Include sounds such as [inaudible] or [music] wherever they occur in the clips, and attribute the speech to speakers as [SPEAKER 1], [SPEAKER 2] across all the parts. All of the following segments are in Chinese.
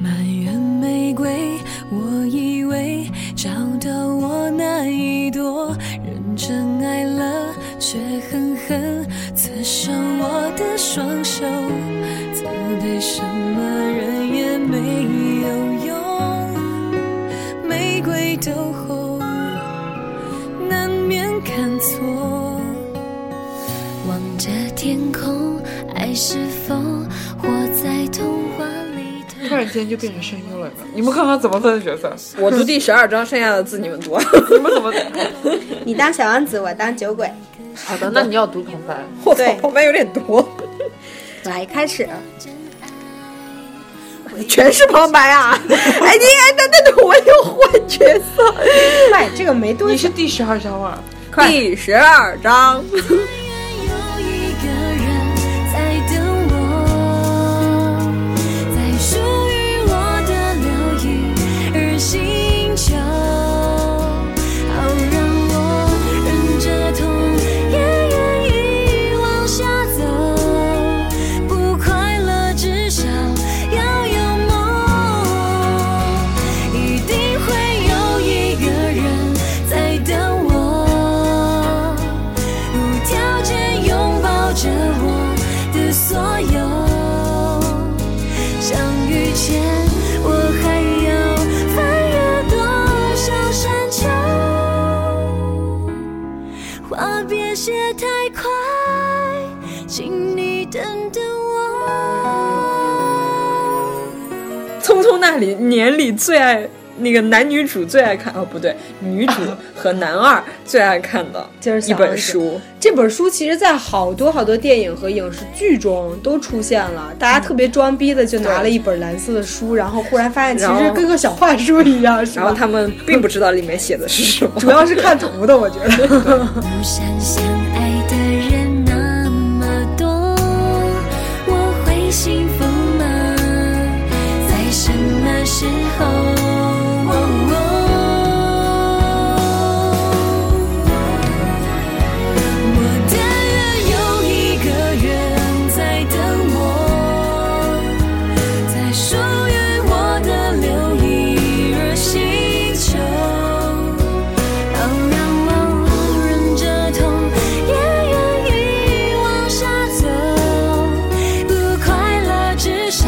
[SPEAKER 1] 满园玫瑰，我以为找到我那一朵，认真爱了，却狠狠刺伤我的双手，责备什么人也没有用，玫瑰都红，难免看错。望着天空，爱是否活在童话里头？
[SPEAKER 2] 突然间就变成声优了，你们看看怎么分的角色？
[SPEAKER 3] 我读第十二章，剩下的字你们读。
[SPEAKER 2] 你们怎么？
[SPEAKER 4] [laughs] 你当小王子，我当酒鬼。
[SPEAKER 2] 好的，那你要读旁白。
[SPEAKER 3] [laughs] 我操
[SPEAKER 4] 对，
[SPEAKER 3] 旁边有点多，
[SPEAKER 4] 来，开始。
[SPEAKER 3] 全是旁白啊！哎，你哎，等等等，我又换角色。
[SPEAKER 4] [laughs] 快，这个没多
[SPEAKER 2] 你
[SPEAKER 4] 久。
[SPEAKER 2] 是第十二章啊？
[SPEAKER 3] 第十二章，
[SPEAKER 1] 有一个人在等我，在属于我的疗愈而星球，好让我忍着痛，也愿意往下走。不快乐，至少要有梦。一定会有一个人在等我，无条件拥抱着我的所有。相遇前，我还要翻越多少山丘？话别写太快，请你等等我。
[SPEAKER 3] 聪聪那里年里最爱那个男女主最爱看哦，不对，女主和男二最爱看的
[SPEAKER 4] [laughs] 就是小
[SPEAKER 3] 一本
[SPEAKER 4] 王子
[SPEAKER 3] 书。
[SPEAKER 4] 这本书其实，在好多好多电影和影视剧中都出现了。大家特别装逼的就拿了一本蓝色的书，然后忽然发现其
[SPEAKER 3] 然
[SPEAKER 4] 实
[SPEAKER 3] 后
[SPEAKER 4] 跟个小画书一样，是
[SPEAKER 3] 然后
[SPEAKER 4] 吧？
[SPEAKER 3] 他们并不知道里面写的是什么。
[SPEAKER 4] [laughs] 主要是看图的，我觉得。
[SPEAKER 1] 不想相爱的人那么多，我会幸福吗？在什么时候？哦我但愿有一个人在等我，在属于我的流离而星球。好让我忍着痛，也愿意往下走。不快乐，至少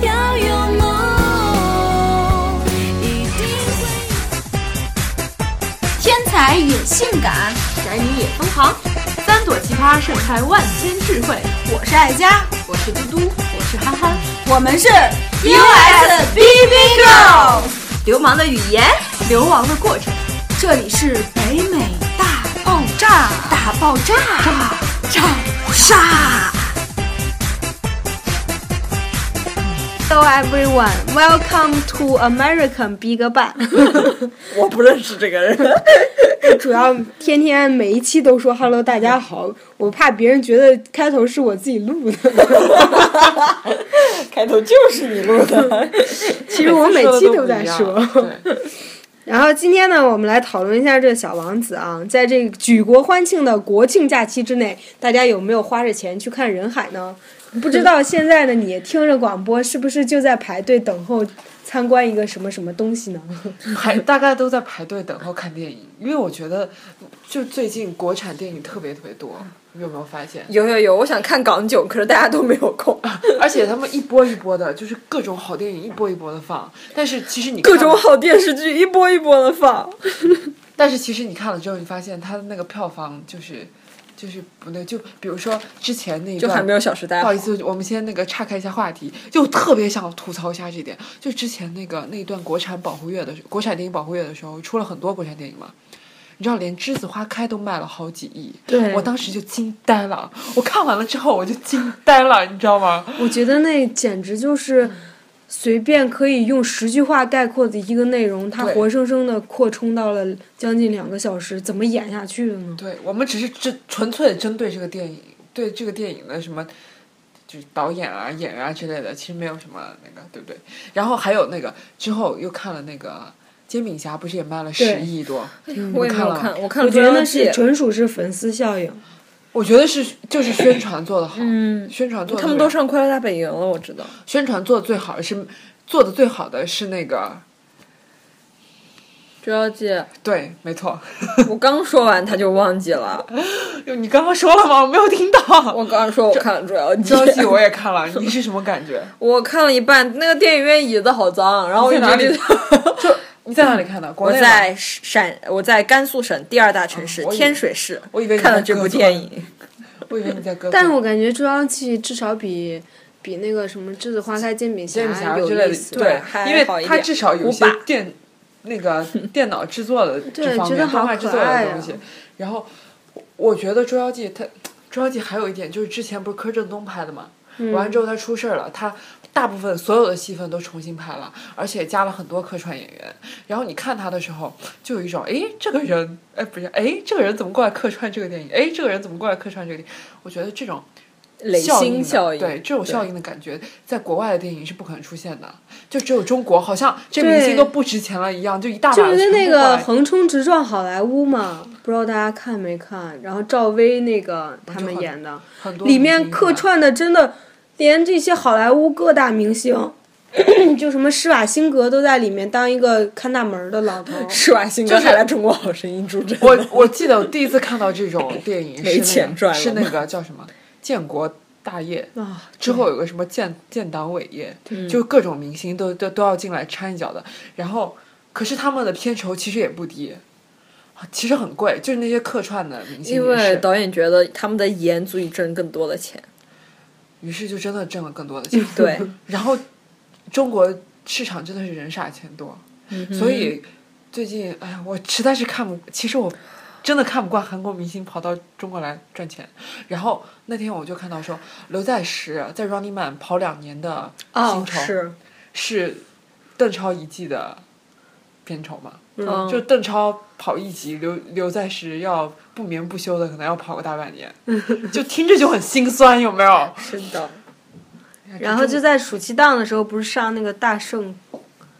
[SPEAKER 1] 要有梦。一定会。
[SPEAKER 5] 天才也性感，宅女也疯狂，三朵奇葩盛开万千智慧。我是爱佳，我是嘟嘟，我是憨憨，我们是 US BB Girls，流氓的语言，流亡的过程。这里是北美大爆炸，大爆炸，炸炸炸
[SPEAKER 4] Hello everyone, welcome to American Big Bang。
[SPEAKER 3] [laughs] 我不认识这个人。
[SPEAKER 4] [laughs] 主要天天每一期都说 “Hello，大家好”，我怕别人觉得开头是我自己录的。
[SPEAKER 3] [laughs] 开头就是你录的，
[SPEAKER 4] [laughs] 其实我每期都在
[SPEAKER 2] 说的。都
[SPEAKER 4] 说
[SPEAKER 2] 不一样。对
[SPEAKER 4] [laughs] 然后今天呢，我们来讨论一下这《小王子》啊，在这个举国欢庆的国庆假期之内，大家有没有花着钱去看人海呢？不知道现在的你听着广播，是不是就在排队等候参观一个什么什么东西呢？
[SPEAKER 2] 还大概都在排队等候看电影，因为我觉得就最近国产电影特别特别多，你有没有发现？
[SPEAKER 3] 有有有，我想看港囧，可是大家都没有空， [laughs]
[SPEAKER 2] 而且他们一波一波的，就是各种好电影一波一波的放。但是其实你看
[SPEAKER 3] 各种好电视剧一波一波的放。
[SPEAKER 2] 但是其实你看了之后，你发现它的那个票房就是就是不对，就比如说之前那一
[SPEAKER 3] 就
[SPEAKER 2] 段
[SPEAKER 3] 还没有《小时代》
[SPEAKER 2] 不
[SPEAKER 3] 好
[SPEAKER 2] 好意。思，我们先那个岔开一下话题，就特别想吐槽一下这点。就之前那个那一段国产保护月的时国产电影保护月的时候，出了很多国产电影嘛。你知道，连《栀子花开》都卖了好几亿，
[SPEAKER 4] 对
[SPEAKER 2] 我当时就惊呆了。我看完了之后，我就惊呆了，你知道吗？
[SPEAKER 4] 我觉得那简直就是随便可以用十句话概括的一个内容，它
[SPEAKER 2] 对
[SPEAKER 4] 活生生的扩充到了将近两个小时，怎么演下去的呢？
[SPEAKER 2] 对我们只是针纯粹地针对这个电影，对这个电影的什么，就是导演啊、演员啊之类的，其实没有什么那个，对不对？然后还有那个之后又看了那个《煎饼侠》，不是也卖了十
[SPEAKER 4] 对
[SPEAKER 2] 亿多？
[SPEAKER 3] 嗯我也没
[SPEAKER 2] 看
[SPEAKER 3] 有
[SPEAKER 2] 了
[SPEAKER 3] 看，我看
[SPEAKER 4] 我
[SPEAKER 3] 了
[SPEAKER 4] 觉
[SPEAKER 3] 中
[SPEAKER 4] 得
[SPEAKER 3] 央
[SPEAKER 4] 那
[SPEAKER 3] 记
[SPEAKER 4] 是纯属是粉丝效应。
[SPEAKER 2] 我觉得是就是宣传做的好，嗯，宣传做得
[SPEAKER 3] 他们
[SPEAKER 2] 最
[SPEAKER 3] 都
[SPEAKER 2] 好
[SPEAKER 3] 上《快乐大本营》了，我知道。
[SPEAKER 2] 宣传做的最好是做的最好的是那个，
[SPEAKER 3] 朱小姐，
[SPEAKER 2] 对，没错。 [laughs]
[SPEAKER 3] 我刚说完他就忘记了。 [laughs]
[SPEAKER 2] 哟你刚刚说了吗？我没有听到。
[SPEAKER 3] 我刚说我看了朱小姐，
[SPEAKER 2] 这戏我也看了，
[SPEAKER 3] [laughs]
[SPEAKER 2] 你是什么感觉？
[SPEAKER 3] 我看了一半，那个电影院椅子好脏， [laughs] 然后我一
[SPEAKER 2] 在哪
[SPEAKER 3] 直
[SPEAKER 2] 里
[SPEAKER 3] 觉得
[SPEAKER 2] [laughs] 就你在哪里
[SPEAKER 3] [laughs]
[SPEAKER 2] 看的？国
[SPEAKER 3] 我
[SPEAKER 2] 内吗
[SPEAKER 3] 在陕，我在甘肃省第二大城市
[SPEAKER 2] 嗯我以为
[SPEAKER 3] 天水市
[SPEAKER 2] 我以为你
[SPEAKER 3] 看了
[SPEAKER 2] 在
[SPEAKER 3] 这部
[SPEAKER 2] 歌颂
[SPEAKER 3] 电影。
[SPEAKER 2] 我以为你在哥哥，
[SPEAKER 4] 但是我感觉《捉妖记》至少比比那个什么《栀子花开》《煎饼
[SPEAKER 2] 煎饼侠
[SPEAKER 4] 有
[SPEAKER 2] 之类
[SPEAKER 4] 意
[SPEAKER 2] 的，
[SPEAKER 4] 思，
[SPEAKER 3] 对还
[SPEAKER 2] 因为
[SPEAKER 3] 好一
[SPEAKER 2] 它
[SPEAKER 3] 点
[SPEAKER 2] 至少有一
[SPEAKER 3] 五
[SPEAKER 2] 些
[SPEAKER 3] 把
[SPEAKER 2] 电那个电脑制作的这
[SPEAKER 4] 对
[SPEAKER 2] 方
[SPEAKER 4] 觉
[SPEAKER 2] 面，
[SPEAKER 4] 得好
[SPEAKER 2] 动画制
[SPEAKER 4] 可
[SPEAKER 2] 作
[SPEAKER 4] 爱
[SPEAKER 2] 的
[SPEAKER 4] 呀
[SPEAKER 2] 东西。然后我我觉得《捉妖记》它《捉妖记》还有一点就是之前不是柯震东拍的嘛，完之后他出事儿了，他大部分所有的戏份都重新拍了，而且加了很多客串演员。然后你看他的时候，就有一种哎这个人哎不是哎这个人怎么过来客串这个电影？哎这个人怎么过来客串这个电影？我觉得这种
[SPEAKER 3] 雷
[SPEAKER 2] 效应
[SPEAKER 3] 星
[SPEAKER 2] 的
[SPEAKER 3] 效应，
[SPEAKER 2] 对这种
[SPEAKER 3] 对
[SPEAKER 2] 效应的感觉，在国外的电影是不可能出现的，就只有中国，好像这
[SPEAKER 4] 对
[SPEAKER 2] 明星都不值钱了一样，就一大把
[SPEAKER 4] 就是跟
[SPEAKER 2] 全
[SPEAKER 4] 那
[SPEAKER 2] 部过
[SPEAKER 4] 个
[SPEAKER 2] 来
[SPEAKER 4] 《横冲直撞好莱坞》嘛，不知道大家看没看？然后赵薇那个他们演的，
[SPEAKER 2] 很多
[SPEAKER 4] 里
[SPEAKER 2] 明
[SPEAKER 4] 面
[SPEAKER 2] 星啊
[SPEAKER 4] 客
[SPEAKER 2] 吧，
[SPEAKER 4] 串的真的连这些好莱坞各大明星， [clears throat] 就什么施瓦辛格都在里面当一个看大门儿的老头。
[SPEAKER 3] 施瓦辛格还来《中国好声音》出 [laughs] 阵，
[SPEAKER 2] 我我记得我第一次看到这
[SPEAKER 4] [laughs]
[SPEAKER 2] 种电影是那
[SPEAKER 3] 没
[SPEAKER 2] 个
[SPEAKER 3] 钱赚了
[SPEAKER 2] 是那
[SPEAKER 3] 吗
[SPEAKER 2] 个叫什么《建国大业》
[SPEAKER 4] 啊，
[SPEAKER 2] 之后有个什么建建党伟业，
[SPEAKER 4] 嗯
[SPEAKER 2] 就各种明星都都都要进来掺一脚的。然后，可是他们的片酬其实也不低，其实很贵，就是那些客串的明星也
[SPEAKER 3] 因为
[SPEAKER 2] 是
[SPEAKER 3] 导演觉得他们的颜足以挣更多的钱。
[SPEAKER 2] 于是就真的挣了更多的钱。
[SPEAKER 3] 嗯对，
[SPEAKER 2] [laughs] 然后中国市场真的是人傻钱多，
[SPEAKER 3] 嗯
[SPEAKER 2] 所以最近哎呀，我实在是看不，其实我真的看不惯韩国明星跑到中国来赚钱。然后那天我就看到说，刘在石在 Running Man 跑两年的
[SPEAKER 3] 哦
[SPEAKER 2] 薪酬、
[SPEAKER 4] 是，
[SPEAKER 2] 是邓超一季的片酬嘛？
[SPEAKER 3] 嗯，
[SPEAKER 2] 就邓超跑一集，刘刘在石要不眠不休的，可能要跑个大半
[SPEAKER 3] [laughs]
[SPEAKER 2] 年，就听着就很心酸，有没有？
[SPEAKER 3] 是的。
[SPEAKER 4] 然后就在暑期档的时候，不是上那个《大圣》，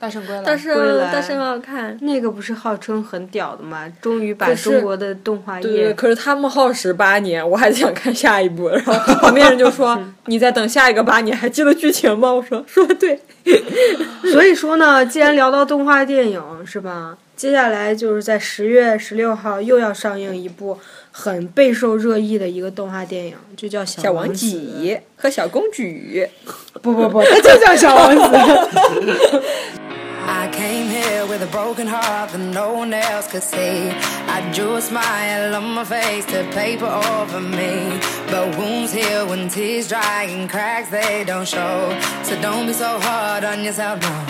[SPEAKER 2] 大圣归来，
[SPEAKER 3] 但是
[SPEAKER 4] 归来
[SPEAKER 3] 嗯但是很好看。
[SPEAKER 4] 那个不是号称很屌的嘛？终于把
[SPEAKER 3] 可是
[SPEAKER 4] 中国的动画
[SPEAKER 3] 对对，
[SPEAKER 4] 业
[SPEAKER 3] 可是他们耗时八年，我还想看下一部。然后旁边人就
[SPEAKER 4] [laughs]
[SPEAKER 3] 说：“你在等下一个八年，还记得剧情吗？”我说：“说的对。 [laughs]
[SPEAKER 4] 所以说呢，既然聊到动画电影是吧？接下来就是在十月十六号又要上映一部很备受热议的一个动画电影，就叫《小
[SPEAKER 3] 小
[SPEAKER 4] 王
[SPEAKER 3] 王
[SPEAKER 4] 子》。
[SPEAKER 3] 子和小公举，
[SPEAKER 4] 不不
[SPEAKER 2] [laughs]
[SPEAKER 4] 不，它就叫《小王子》。
[SPEAKER 6] I came here with a broken heart that no one else could see. I drew a smile on my face to paper over me. But wounds heal when tears dry and cracks they don't show. So don't be so hard on yourself now.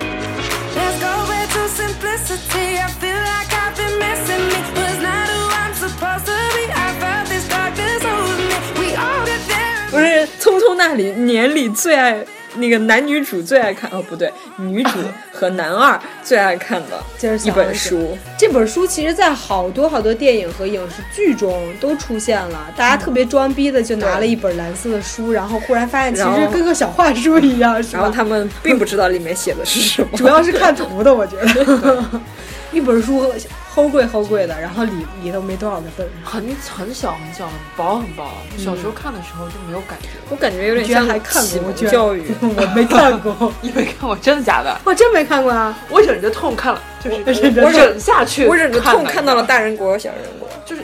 [SPEAKER 6] Let's go back to simplicity. I feel like I've been missing me. Was not who I'm supposed to be. I felt this darkness over me. We all get there.
[SPEAKER 3] 不是《匆匆那里》年里最爱那个男女主最爱看哦，不对，女主和男二最爱看
[SPEAKER 4] [laughs] 就是
[SPEAKER 3] 的
[SPEAKER 4] 小
[SPEAKER 3] 一本
[SPEAKER 4] 王子
[SPEAKER 3] 书。
[SPEAKER 4] 这本书其实，在好多好多电影和影视剧中都出现了。大家特别装逼的就拿了一本蓝色的书，然后忽然发现其
[SPEAKER 3] 然
[SPEAKER 4] 实
[SPEAKER 3] 后
[SPEAKER 4] 跟个小画书一样，是
[SPEAKER 3] 然后
[SPEAKER 4] 吧？
[SPEAKER 3] 他们并不知道里面写的是什么，
[SPEAKER 4] 主要是看图的，我觉得。 [laughs] 一本书齁贵齁贵的，然后里里头没多少个字儿。
[SPEAKER 2] 很很小很小，很薄很薄。小时候看的时候就没有感觉。
[SPEAKER 3] 我感 [laughs] 觉有点
[SPEAKER 4] 居然
[SPEAKER 3] 像
[SPEAKER 4] 还看
[SPEAKER 3] 启
[SPEAKER 4] 过
[SPEAKER 3] 蒙
[SPEAKER 4] 居然
[SPEAKER 3] 教
[SPEAKER 4] [laughs]
[SPEAKER 3] 育。
[SPEAKER 4] 我没看
[SPEAKER 3] [laughs]
[SPEAKER 4] 过，
[SPEAKER 2] 你没看过，真的假的？
[SPEAKER 4] 我真没看过啊！
[SPEAKER 2] 我忍着痛看了，就是
[SPEAKER 4] 忍着
[SPEAKER 2] 我
[SPEAKER 4] 痛
[SPEAKER 2] 忍下去，
[SPEAKER 3] 我忍着痛看
[SPEAKER 2] 看
[SPEAKER 3] 到了，大人国和小人国，
[SPEAKER 2] 就是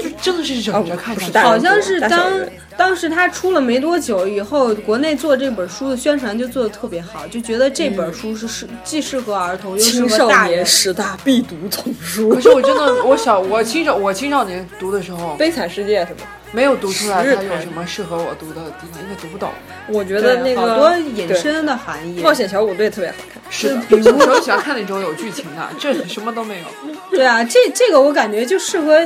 [SPEAKER 2] 就真的是忍着看
[SPEAKER 3] 哦不
[SPEAKER 2] 下
[SPEAKER 3] 是
[SPEAKER 2] 去。
[SPEAKER 3] 大
[SPEAKER 4] 好
[SPEAKER 3] 人
[SPEAKER 4] 像是
[SPEAKER 3] 大小
[SPEAKER 4] 当
[SPEAKER 3] 人
[SPEAKER 4] 当时他出了没多久以后，国内做这本书的宣传就做的特别好，就觉得这本书是适既适合儿童又适
[SPEAKER 3] 嗯青
[SPEAKER 4] 合
[SPEAKER 3] 少
[SPEAKER 4] 大
[SPEAKER 3] 年
[SPEAKER 4] 人。
[SPEAKER 3] 十大必读丛书
[SPEAKER 4] [laughs]
[SPEAKER 2] 可，是我真的，我小我青少我青少年读的时候
[SPEAKER 3] 《悲惨世界》是吗？
[SPEAKER 2] 没有读出来
[SPEAKER 3] 十
[SPEAKER 2] 它有什么适合我读的地方，因为读不懂。
[SPEAKER 3] 我觉
[SPEAKER 4] 对
[SPEAKER 3] 得那个
[SPEAKER 4] 好多引
[SPEAKER 3] 对
[SPEAKER 4] 申的含义
[SPEAKER 3] 《冒，险小虎队》特别好看。
[SPEAKER 2] 是的，小时候喜欢看那种有剧情的，这什么都没有。
[SPEAKER 4] 对啊，这这个我感觉就适合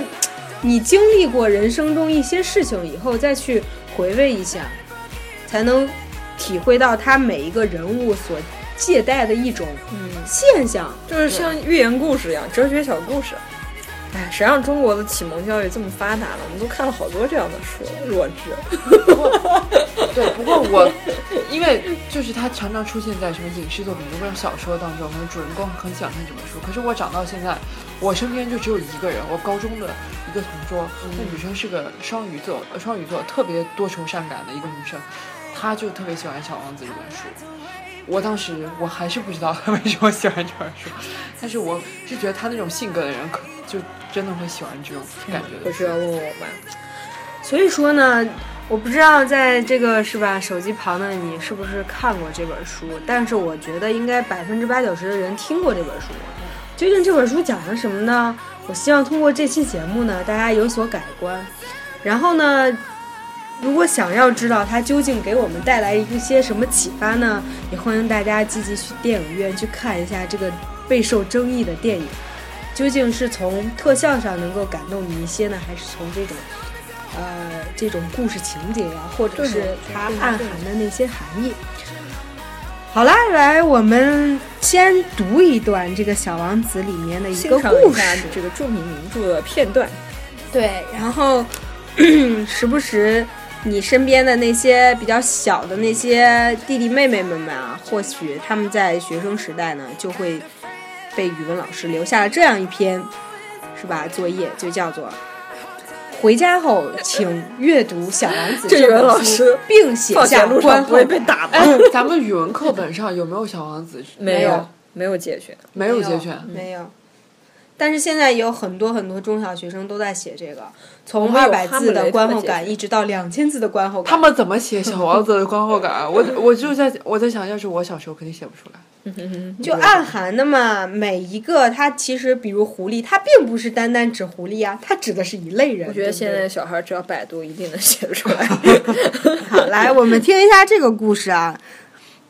[SPEAKER 4] 你经历过人生中一些事情以后再去回味一下，才能体会到他每一个人物所借贷的一种
[SPEAKER 3] 嗯
[SPEAKER 4] 现象。
[SPEAKER 3] 就是像寓言故事一样，哲学小故事。哎，谁让中国的启蒙教育这么发达呢？我们都看了好多这样的书，弱智。
[SPEAKER 2] 对，不过我 [laughs] 因为就是它常常出现在什么影视作品中或者小说当中，可能主人公很喜欢看这本书。可是我长到现在，我身边就只有一个人，我高中的一个同桌，那女生是个双鱼座，呃双鱼座特别多愁善感的一个女生。他就特别喜欢《小王子》这本书。我当时我还是不知道他为什么喜欢这本书， [laughs] 但是我是觉得他那种性格的人，可就真的会喜欢这种感觉
[SPEAKER 3] 不
[SPEAKER 2] 的。
[SPEAKER 3] 是要问嗯我吗？
[SPEAKER 4] 所以说呢，我不知道在这个是吧手机旁的你是不是看过这本书，但是我觉得应该百分之八九十的人听过这本书。究竟这本书讲了什么呢？我希望通过这期节目呢，大家有所改观。然后呢，如果想要知道它究竟给我们带来一些什么启发呢，也欢迎大家积极去电影院去看一下这个备受争议的电影，究竟是从特效上能够感动你一些呢，还是从这种呃这种故事情节呀、或者是它暗含的那些含义。好啦，来，我们先读一段这个《小王子》里面的一
[SPEAKER 3] 欣
[SPEAKER 4] 个
[SPEAKER 3] 赏
[SPEAKER 4] 故
[SPEAKER 3] 一
[SPEAKER 4] 事。
[SPEAKER 3] 下这个著名名著的片段。
[SPEAKER 4] 对，然后 [clears throat] 时不时你身边的那些比较小的那些弟弟妹妹们们啊，或许他们在学生时代呢，就会被语文老师留下了这样一篇，是吧？作业就叫做。回家后，请阅读《小王子》
[SPEAKER 3] 这语文
[SPEAKER 4] 本
[SPEAKER 3] 老
[SPEAKER 4] 书
[SPEAKER 3] 师
[SPEAKER 4] 并写
[SPEAKER 3] 放学
[SPEAKER 4] 下
[SPEAKER 3] 路
[SPEAKER 4] 观
[SPEAKER 3] 上不
[SPEAKER 4] 后
[SPEAKER 3] 会被打吧？
[SPEAKER 2] 哎，咱们语文课本上有没有《小王子》？
[SPEAKER 3] 没
[SPEAKER 4] 有
[SPEAKER 3] 有，没有解决。
[SPEAKER 2] 没有节选。
[SPEAKER 4] 没有。但是现在有很多很多中小学生都在写这个，
[SPEAKER 3] 我
[SPEAKER 4] 从
[SPEAKER 3] 们有
[SPEAKER 4] 二百
[SPEAKER 3] 哈姆
[SPEAKER 4] 字
[SPEAKER 3] 雷
[SPEAKER 4] 的
[SPEAKER 3] 特
[SPEAKER 4] 观后
[SPEAKER 3] 解
[SPEAKER 4] 感一直到两千字的观后感。
[SPEAKER 2] 他们怎么写《小王子》的观后 [laughs] 感？我我就在我在想，要是我小时候肯定写不出来。
[SPEAKER 4] 就暗含的嘛，每一个它其实，比如狐狸，它并不是单单指狐狸啊，它指的是一类人。
[SPEAKER 3] 我觉
[SPEAKER 4] 对
[SPEAKER 3] 得
[SPEAKER 4] 不
[SPEAKER 3] 现
[SPEAKER 4] 对
[SPEAKER 3] 在小孩只要百度，一定能写得出 [laughs] 来。
[SPEAKER 4] 好，
[SPEAKER 3] [laughs]
[SPEAKER 4] 来我们听一下这个故事啊。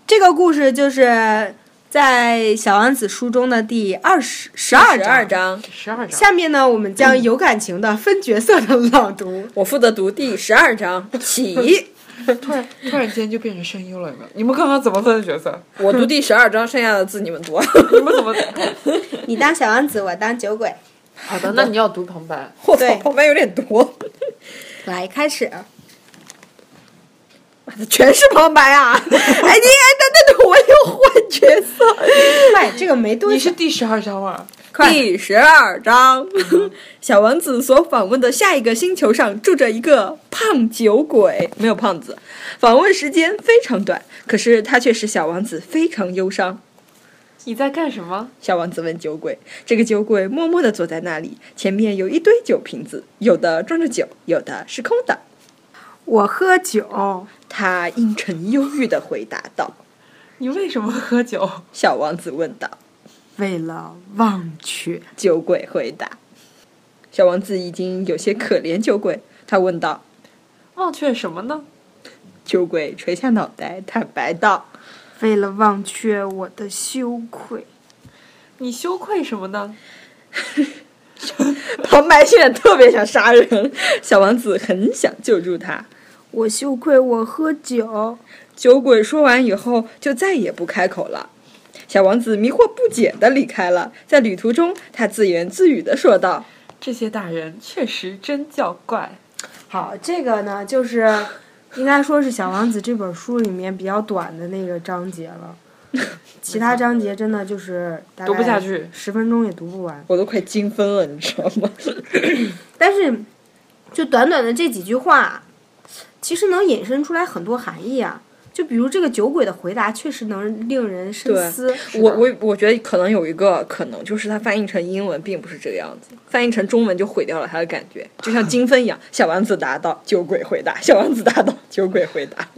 [SPEAKER 4] 这个故事就是在《小王子》书中的第二十十二
[SPEAKER 3] 十二
[SPEAKER 4] 章。
[SPEAKER 3] 章，
[SPEAKER 2] 十二章，
[SPEAKER 4] 下面呢，我们将有感情的分角色的朗读。
[SPEAKER 3] 我负责读第十二章 [laughs] 起。
[SPEAKER 2] 突然突然间就变成声优了，有没有？你们刚刚怎么分的角色？
[SPEAKER 3] 我读第十二章，剩下的字你们读。
[SPEAKER 2] 你们怎么？
[SPEAKER 4] 你当小王子，我当酒鬼。
[SPEAKER 2] 好的，那你要读旁白。
[SPEAKER 3] [laughs] 我
[SPEAKER 4] 对
[SPEAKER 3] 操，旁边有点多，
[SPEAKER 4] 来，开始。
[SPEAKER 3] 全是旁白啊！
[SPEAKER 4] [laughs]
[SPEAKER 3] 哎，你哎，等等等，我又换角色。
[SPEAKER 2] [laughs]
[SPEAKER 4] 快，这个没多
[SPEAKER 2] 你
[SPEAKER 4] 久
[SPEAKER 2] 是。第十二章吗？
[SPEAKER 3] 第十二章，
[SPEAKER 2] 嗯
[SPEAKER 3] [laughs] 小王子所访问的下一个星球上住着一个胖酒鬼，没有胖子。访问时间非常短，可是他却使小王子非常忧伤。
[SPEAKER 2] 你在干什么？
[SPEAKER 3] 小王子问酒鬼：“这个酒鬼默默地坐在那里，前面有一堆酒瓶子，有的装着酒，有的是空的。
[SPEAKER 4] 我喝酒。”
[SPEAKER 3] 他阴沉忧郁地回答道。
[SPEAKER 2] 你为什么喝酒？
[SPEAKER 3] 小王子问道。
[SPEAKER 4] 为了忘却，
[SPEAKER 3] 酒鬼回答。小王子已经有些可怜酒鬼，他问道。
[SPEAKER 2] 忘却什么呢？
[SPEAKER 3] 酒鬼垂下脑袋，坦白道
[SPEAKER 4] 为了忘却我的羞愧。
[SPEAKER 2] 你羞愧什么呢？：“
[SPEAKER 3] 旁白现在特别想杀人。”小王子很想救助他。
[SPEAKER 4] 我羞愧，我喝酒。
[SPEAKER 3] 酒鬼说完以后，就再也不开口了。小王子迷惑不解地离开了。在旅途中，他自言自语地说道
[SPEAKER 2] 这些大人确实真叫怪。
[SPEAKER 4] 好，这个呢，就是应该说是《小王子》这本书里面比较短的那个章节了。其他章节真的就是大概
[SPEAKER 2] 读不下去
[SPEAKER 4] 十分钟也读不完。：“
[SPEAKER 3] 我都快精分了，你知道吗
[SPEAKER 4] 但是，就短短的这几句话，其实能引申出来很多含义啊。就比如这个酒鬼的回答，确实能令人深
[SPEAKER 3] 对
[SPEAKER 4] 思。？”
[SPEAKER 3] 我我我觉得可能有一个可能就是他翻译成英文并不是这个样子，翻译成中文就毁掉了他的感觉，就像精分一样。小王子答道：“酒鬼回答。”小王子答道：“酒鬼回答。”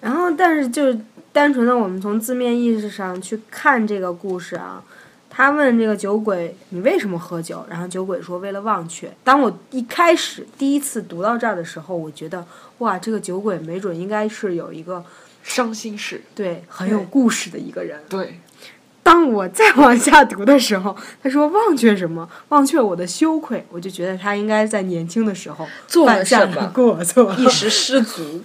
[SPEAKER 4] 然后，但是就是单纯的我们从字面意识上去看这个故事啊，他问这个酒鬼你为什么喝酒，然后酒鬼说为了忘却。当我一开始第一次读到这儿的时候，我觉得哇，这个酒鬼没准应该是有一个
[SPEAKER 2] 伤心事，
[SPEAKER 4] 对很有故事的一个人。
[SPEAKER 2] 对，
[SPEAKER 4] 当我再往下读的时候，他说忘却什么？忘却我的羞愧，我就觉得他应该在年轻的时候
[SPEAKER 3] 做了
[SPEAKER 4] 犯下
[SPEAKER 3] 什么
[SPEAKER 4] 了过错，
[SPEAKER 3] 一时失足。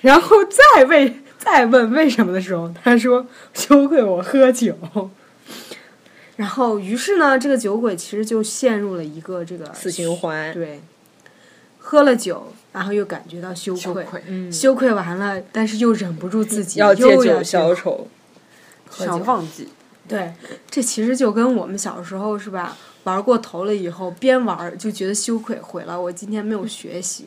[SPEAKER 4] 然后再为再问为什么的时候，他说羞愧我喝酒。然后，于是呢，这个酒鬼其实就陷入了一个这个
[SPEAKER 3] 死循环
[SPEAKER 4] 对，喝了酒，然后又感觉到羞愧，嗯
[SPEAKER 2] 羞愧。
[SPEAKER 4] 羞愧完了，但是又忍不住自己
[SPEAKER 3] 嗯要借
[SPEAKER 4] 又
[SPEAKER 3] 酒
[SPEAKER 4] 要去
[SPEAKER 3] 消愁。
[SPEAKER 2] 想忘记，
[SPEAKER 4] 对，这其实就跟我们小时候是吧，玩过头了以后，边玩儿就觉得羞愧，毁了我今天没有学习。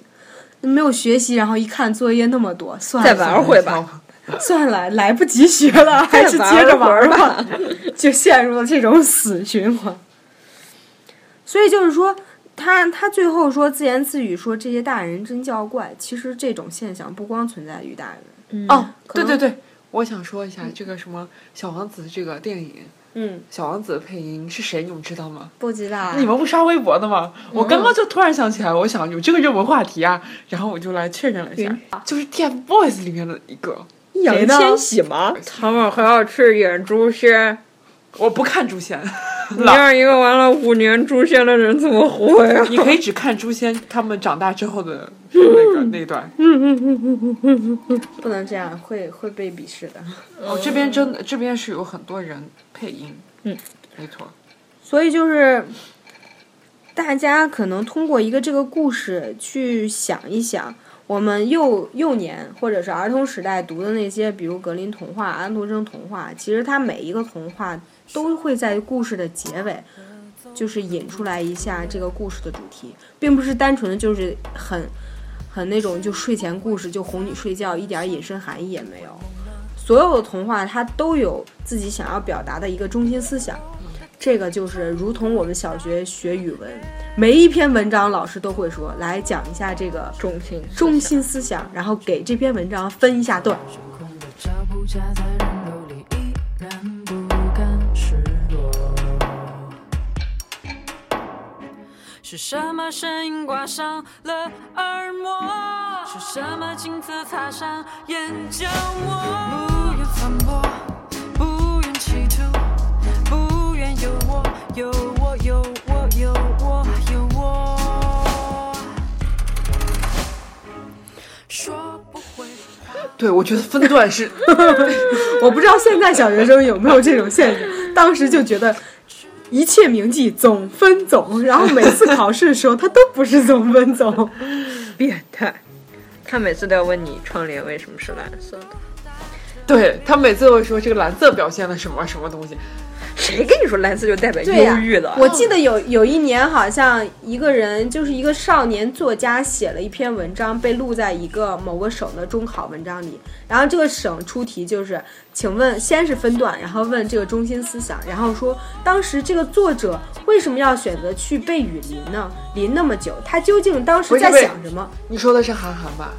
[SPEAKER 4] 没有学习，然后一看作业那么多，算了，
[SPEAKER 3] 再玩会吧。
[SPEAKER 4] 算了，来不及学 [laughs] 了，还是接着玩儿吧，
[SPEAKER 3] [laughs]
[SPEAKER 4] [laughs] 就陷入了这种死循环。所以就是说，他他最后说自言自语说这些大人真叫怪，其实这种现象不光存在于大人，
[SPEAKER 2] 哦，对对
[SPEAKER 4] 能
[SPEAKER 2] 对，我想说一下这个什么《小王子》这个电影，
[SPEAKER 4] 嗯，
[SPEAKER 2] 《小王子》的配音是谁，你们知道吗？
[SPEAKER 4] 不知道啊
[SPEAKER 2] 你们不刷微博的吗？我刚刚就突然想起来，我想有这个热门话题啊，然后我就来确认了一下，啊就是《TFBOYS》里面的一个。
[SPEAKER 3] 易烊
[SPEAKER 4] 呢
[SPEAKER 3] 千玺吗？
[SPEAKER 7] 他们还要去演诛仙，
[SPEAKER 2] 我不看《诛仙》
[SPEAKER 7] 你让一个玩了五年诛仙的人怎么活呀？
[SPEAKER 2] 你可以只看《诛仙》他们长大之后的那个那段。
[SPEAKER 4] 不能这样，会会被鄙视的。
[SPEAKER 2] 哦，这边真的这边是有很多人配音，
[SPEAKER 3] 嗯，
[SPEAKER 2] 没错，
[SPEAKER 4] 所以就是，大家可能通过一个这个故事去想一想，我们幼幼年或者是儿童时代读的那些，比如格林童话、安徒生童话，其实它每一个童话都会在故事的结尾。就是引出来一下这个故事的主题，并不是单纯的就是很很那种就睡前故事就哄你睡觉，一点儿隐身含义也没有。所有的童话它都有自己想要表达的一个中心思想，这个就是如同我们小学学语文，每一篇文章老师都会说来讲一下这个
[SPEAKER 3] 中心
[SPEAKER 4] 中心思想，然后给这篇文章分一下段。 [laughs]
[SPEAKER 8] 空的脚步夹在人流里，依然不甘示弱。是什么声音刮伤了耳膜？是什么镜子擦伤眼角膜？不愿反驳，不愿企图，不愿有我，有我，有我，有我，有我。说不会。
[SPEAKER 2] 对我觉得分段是 [laughs]
[SPEAKER 4] 我不知道现在小学生有没有这种现象，当时就觉得一切铭记总分总，然后每次考试的时候他都不是总分总。
[SPEAKER 3] [laughs] 变态。他每次都要问你窗帘为什么是蓝色的，
[SPEAKER 2] 对他每次都会说这个蓝色表现了什么什么东西，
[SPEAKER 3] 谁跟你说蓝色就代表
[SPEAKER 4] 对呀
[SPEAKER 3] 忧郁了？
[SPEAKER 4] 我记得有有一年，好像一个人就是一个少年作家写了一篇文章，被录在一个某个省的中考文章里。然后这个省出题就是，请问先是分段，然后问这个中心思想，然后说当时这个作者为什么要选择去被雨淋呢？淋那么久，他究竟当时在
[SPEAKER 2] 不是被
[SPEAKER 4] 想什么？
[SPEAKER 2] 你说的是韩寒吧？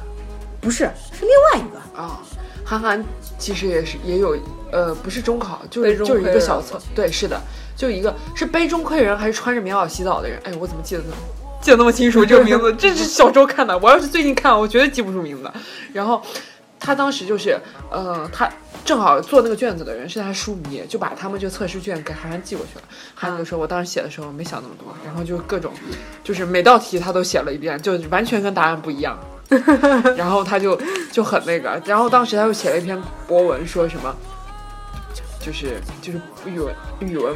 [SPEAKER 4] 不是，是另外一个。
[SPEAKER 2] 啊、韩寒其实也是也有，呃，不是中考，就是
[SPEAKER 3] 杯中
[SPEAKER 2] 就是一
[SPEAKER 3] 窥
[SPEAKER 2] 个
[SPEAKER 3] 人
[SPEAKER 2] 小册，对，是的，就一个是杯中窥人还是穿着棉袄洗澡的人？哎，我怎么记得那么记得那么清楚这个名字？这是小时候看的，我要是最近看，我绝对记不住名字。然后他当时就是，呃，他正好做那个卷子的人是他书迷，就把他们这个测试卷给韩寒寄过去了。韩寒就说：“
[SPEAKER 3] 嗯
[SPEAKER 2] 我当时写的时候没想那么多，然后就各种，就是每道题他都写了一遍，就完全跟答案不一样。”然后他就就很那个，然后当时他又写了一篇博文，说什么，就是就是语文语文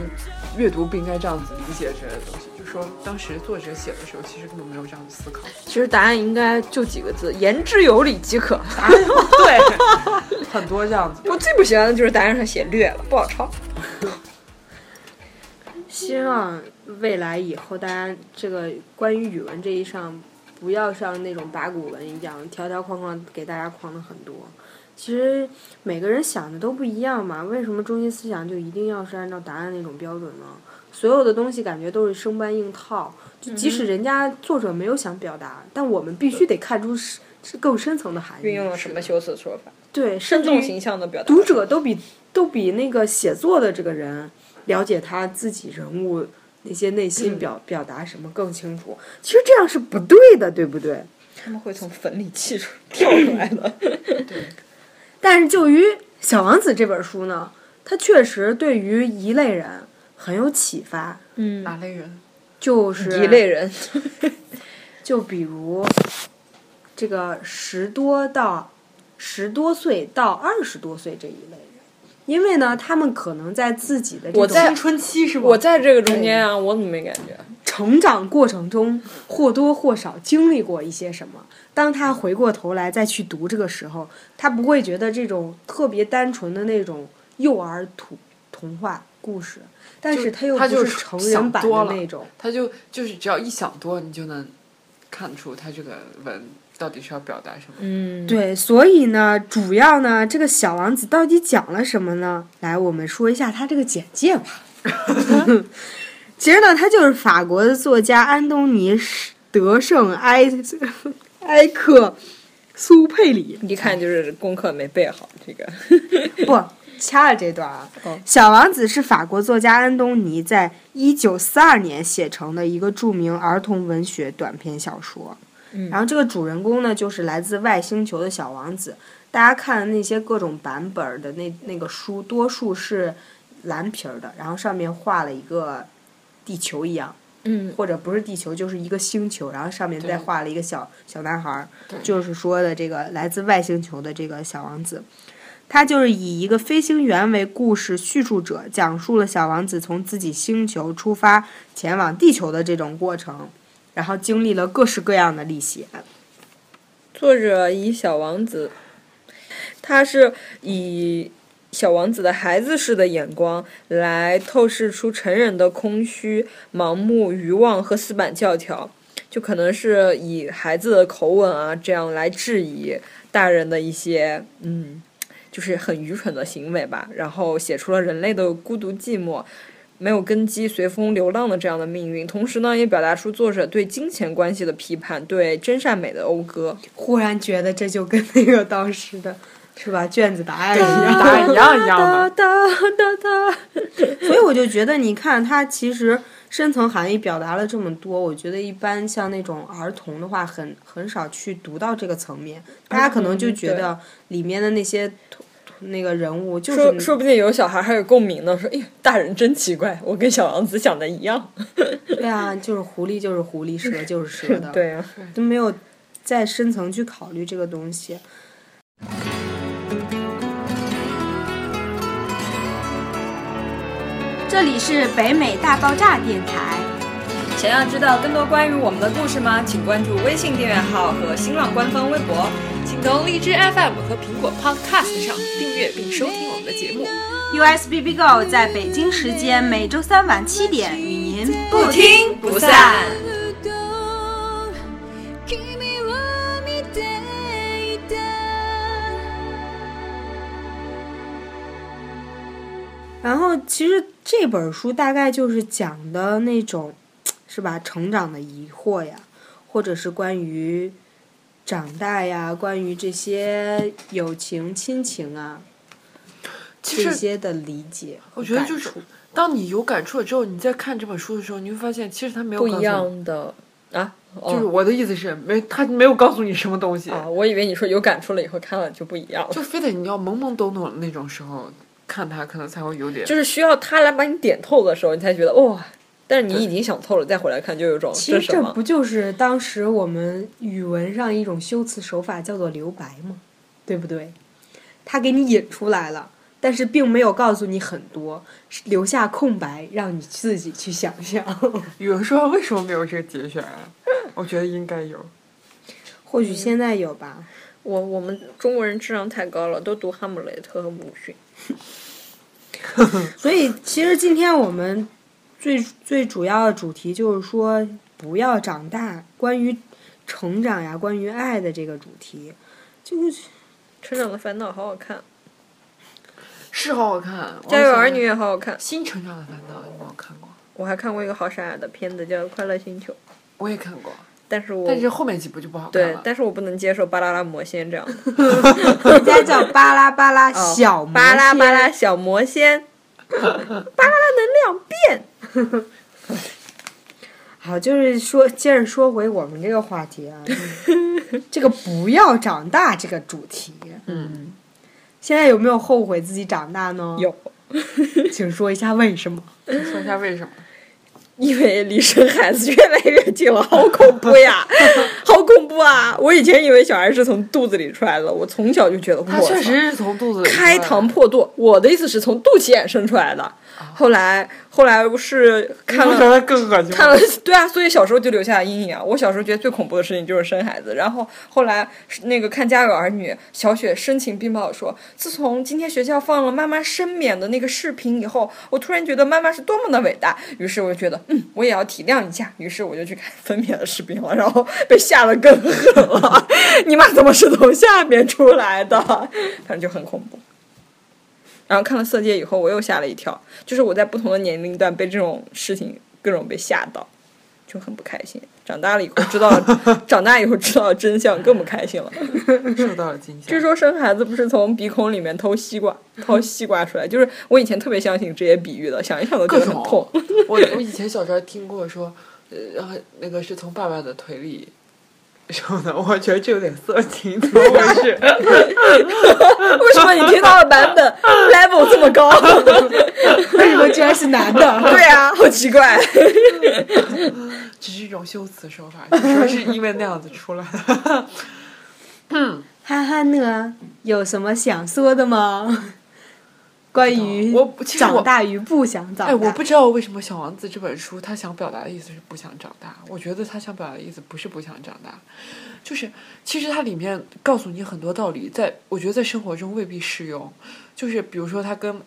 [SPEAKER 2] 阅读不应该这样子理解之类的东西，就说当时作者写的时候其实根本没有这样子思考。
[SPEAKER 3] 其实答案应该就几个字：言之有理
[SPEAKER 2] [laughs]
[SPEAKER 3] 即可。
[SPEAKER 2] 哎对，很多这样子。
[SPEAKER 3] 我最不喜欢的就是答案上写略了，不好抄。
[SPEAKER 4] 希望未来以后大家这个关于语文这一上，不要像那种八股文一样条条框框给大家框的很多。其实每个人想的都不一样嘛，为什么中心思想就一定要是按照答案那种标准呢？所有的东西感觉都是生搬硬套，就即
[SPEAKER 3] 嗯
[SPEAKER 4] 使人家作者没有想表达，但我们必须得看出是是更深层的含义。
[SPEAKER 3] 运用了什么修辞说法？
[SPEAKER 4] 对，
[SPEAKER 3] 生
[SPEAKER 4] 甚至
[SPEAKER 3] 动
[SPEAKER 4] 于
[SPEAKER 3] 形象的表达。
[SPEAKER 4] 读者都比都比那个写作的这个人了解他自己人物那些内
[SPEAKER 3] 嗯
[SPEAKER 4] 心表、表达什么更清楚。其实这样是不对的，对不对？
[SPEAKER 3] 他们会从坟里气出跳出来
[SPEAKER 2] [laughs]
[SPEAKER 3] 的。
[SPEAKER 4] 但是就于《小王子》这本书呢，它确实对于一类人很有启发，
[SPEAKER 3] 嗯，
[SPEAKER 2] 哪类人？
[SPEAKER 4] 就是
[SPEAKER 3] 一类，人，
[SPEAKER 4] [laughs] 就比如这个十多到十多岁到二十多岁这一类人，因为呢，他们可能在自己的这种
[SPEAKER 3] 我在
[SPEAKER 2] 青春期是吗？
[SPEAKER 3] 我在这个中间啊，我怎么没感觉？
[SPEAKER 4] 成长过程中或多或少经历过一些什么。当他回过头来再去读这个时候，他不会觉得这种特别单纯的那种幼儿图童话故事，但是他又
[SPEAKER 2] 他
[SPEAKER 4] 不
[SPEAKER 2] 就是
[SPEAKER 4] 成人版
[SPEAKER 2] 想多
[SPEAKER 4] 的
[SPEAKER 2] 了
[SPEAKER 4] 那种。
[SPEAKER 2] 他就就是只要一想多，你就能看出他这个文到底是要表达什么。
[SPEAKER 3] 嗯，
[SPEAKER 4] 对，所以呢，主要呢，这个小王子到底讲了什么呢？来，我们说一下他这个简介吧。 [laughs] 其实呢，他就是法国的作家安东尼·德圣埃埃克苏佩里。
[SPEAKER 3] 一看就是功课没备好，这个
[SPEAKER 4] [laughs] 不，掐了这段啊。
[SPEAKER 3] 哦
[SPEAKER 4] 小王子》是法国作家安东尼在一九四二年写成的一个著名儿童文学短篇小说。
[SPEAKER 3] 嗯
[SPEAKER 4] 然后这个主人公呢，就是来自外星球的小王子。大家看那些各种版本儿的那那个书，多数是蓝皮儿的，然后上面画了一个地球一样，
[SPEAKER 3] 嗯
[SPEAKER 4] 或者不是地球就是一个星球，然后上面再
[SPEAKER 2] 对
[SPEAKER 4] 画了一个小小男孩儿
[SPEAKER 2] 对，
[SPEAKER 4] 就是说的这个来自外星球的这个小王子，他就是以一个飞行员为故事叙述者，讲述了小王子从自己星球出发前往地球的这种过程，然后经历了各式各样的历险。
[SPEAKER 3] 作者以小王子，他是以小王子的孩子式的眼光来透视出成人的空虚、盲目、愚妄和死板教条，就可能是以孩子的口吻啊这样来质疑大人的一些嗯，就是很愚蠢的行为吧，然后写出了人类的孤独寂寞。没有根基、随风流浪的这样的命运，同时呢，也表达出作者对金钱关系的批判，对真善美的讴歌。
[SPEAKER 4] 忽然觉得这就跟那个当时的是吧卷子答案一样。
[SPEAKER 2] 答案一样一样的，
[SPEAKER 3] 哒哒哒。
[SPEAKER 4] [laughs] 所以我就觉得，你看它其实深层含义表达了这么多，我觉得一般像那种儿童的话，很很少去读到这个层面，大家可能就觉得里面的那些图图那个人物就
[SPEAKER 3] 说
[SPEAKER 4] 是
[SPEAKER 3] 说不定有小孩还有共鸣呢，说哎呀，大人真奇怪，我跟小王子想的一样。
[SPEAKER 4] 对啊，就是狐狸就是狐狸，蛇就是蛇的，
[SPEAKER 3] [laughs] 对啊，
[SPEAKER 4] 都没有再深层去考虑这个东西。
[SPEAKER 5] 这里是北美大爆炸电台。
[SPEAKER 7] 想要知道更多关于我们的故事吗？请关注微信订阅号和新浪官方微博。
[SPEAKER 8] 请从荔枝 FM 和苹果 Podcast 上订阅并收听我们的节目。
[SPEAKER 5] USBB Go 在北京时间每周三晚七点与您不听不散。
[SPEAKER 1] 「君を見ていた」
[SPEAKER 4] 然后其实这本书大概就是讲的那种，是吧？成长的疑惑呀，或者是关于长大呀，关于这些友情、亲情啊
[SPEAKER 2] 其
[SPEAKER 4] 这
[SPEAKER 2] 实
[SPEAKER 4] 些的理解和
[SPEAKER 2] 我觉得
[SPEAKER 4] 感
[SPEAKER 2] 就是
[SPEAKER 4] 触
[SPEAKER 2] 当你有感触了之后，你在看这本书的时候，你会发现其实他没有
[SPEAKER 3] 不
[SPEAKER 2] 告
[SPEAKER 3] 一
[SPEAKER 2] 诉你。
[SPEAKER 3] 样的啊。
[SPEAKER 2] 就是
[SPEAKER 3] 哦
[SPEAKER 2] 我的意思是，没他没有告诉你什么东西，
[SPEAKER 3] 啊，我以为你说有感触了以后看了就不一样了，
[SPEAKER 2] 就非得你要懵懵懂懂的那种时候看它，可能才会有点。
[SPEAKER 3] 就是需要他来把你点透的时候，你才觉得哇。但是你已经想透了，再回来看就有种
[SPEAKER 4] 其实
[SPEAKER 3] 哦什
[SPEAKER 4] 这
[SPEAKER 3] 么
[SPEAKER 4] 不？就是当时我们语文上一种修辞手法叫做留白吗？对不对？他给你引出来了，但是并没有告诉你很多，是留下空白让你自己去想象。 [laughs]
[SPEAKER 2] 语文说为什么没有这个节选啊？我觉得应该有。
[SPEAKER 4] 或许现在有吧。
[SPEAKER 3] 我我们中国人智商太高了，都读哈姆雷特和鲁迅。
[SPEAKER 4] 所以其实今天我们最最主要的主题就是说，不要长大，关于成长呀，关于爱的这个主题，
[SPEAKER 3] [laughs]
[SPEAKER 4] 就是
[SPEAKER 3] 成长的烦恼好好看，
[SPEAKER 2] 是好好看，
[SPEAKER 3] 家有儿女也好好看。
[SPEAKER 2] 新成长的烦恼有没有看过？
[SPEAKER 3] 我还看过一个好傻的片子叫《快乐星球》，
[SPEAKER 2] 我也看过，
[SPEAKER 3] 但是我
[SPEAKER 2] 但是后面几部就不好看
[SPEAKER 3] 对
[SPEAKER 2] 了，。
[SPEAKER 3] 但是我不能接受巴啦啦魔仙这样的。
[SPEAKER 4] 人家叫巴拉巴拉
[SPEAKER 3] 哦
[SPEAKER 4] 小魔
[SPEAKER 3] 巴拉巴拉
[SPEAKER 4] 仙，
[SPEAKER 3] 小魔 [laughs] 仙，
[SPEAKER 4] 好，就是说接着说回我们这个话
[SPEAKER 3] [laughs]
[SPEAKER 4] 题啊，这个不要长大这个主题，
[SPEAKER 2] 嗯，
[SPEAKER 4] 现在有没有后悔自己长大呢？，
[SPEAKER 3] 有，
[SPEAKER 4] 请说一下为什么？
[SPEAKER 2] 说一下为什么？
[SPEAKER 3] 因为离生孩子越来越近了，好恐怖 [laughs] 呀，好恐怖啊！我以前以为小孩是从肚子里出来的，我从小就觉得
[SPEAKER 2] 他
[SPEAKER 3] 我
[SPEAKER 2] 确
[SPEAKER 3] 操
[SPEAKER 2] 实是从肚子里
[SPEAKER 3] 开
[SPEAKER 2] 出来的
[SPEAKER 3] 膛破肚。我的意思是从肚脐眼生出来的，后来后来不是看
[SPEAKER 2] 我
[SPEAKER 3] 了
[SPEAKER 2] 觉得更恶心了。
[SPEAKER 3] 看了，对啊，所以小时候就留下了阴影啊。我小时候觉得最恐怖的事情就是生孩子，然后后来那个看《家有儿女》，小雪深情并茂地说，自从今天学校放了妈妈深娩的那个视频以后，我突然觉得妈妈是多么的伟大，于是我就觉得，嗯，我也要体谅一下，于是我就去看分娩的视频了，然后被吓得更狠了。 [laughs] 你妈怎么是从下面出来的？ [laughs] 反正就很恐怖。然后看了《色戒》以后，我又吓了一跳，就是我在不同的年龄段被这种事情各种被吓到，就很不开心。长大了以后知道了，长大以后知道了真相，更不开心了。
[SPEAKER 2] 受到了惊吓。
[SPEAKER 3] 据说生孩子不是从鼻孔里面偷西瓜，掏西瓜出来，就是我以前特别相信这些比喻的，想一想都觉得很痛。
[SPEAKER 2] 我我以前小时候听过说，呃，然后那个是从爸爸的腿里什么的，我觉得这有点色情， [laughs] 怎么回事？
[SPEAKER 3] [laughs] 为什么你听到的版
[SPEAKER 4] [laughs]
[SPEAKER 3] 本 level 这么高？
[SPEAKER 4] 为什么居然是男的？
[SPEAKER 3] [laughs] 对啊，好奇怪。
[SPEAKER 2] 只是一种修辞手法，就说是因为那样子出来的。
[SPEAKER 4] [laughs] 憨憨呢？有什么想说的吗？关于
[SPEAKER 2] 我其实我
[SPEAKER 4] 长大与不想
[SPEAKER 2] [laughs]
[SPEAKER 4] 长大，
[SPEAKER 2] 哎，我不知道为什么《小王子》这本书他想表达的意思是不想长大，我觉得他想表达的意思不是不想长大，就是其实它里面告诉你很多道理，在我觉得在生活中未必适用，就是比如说他跟。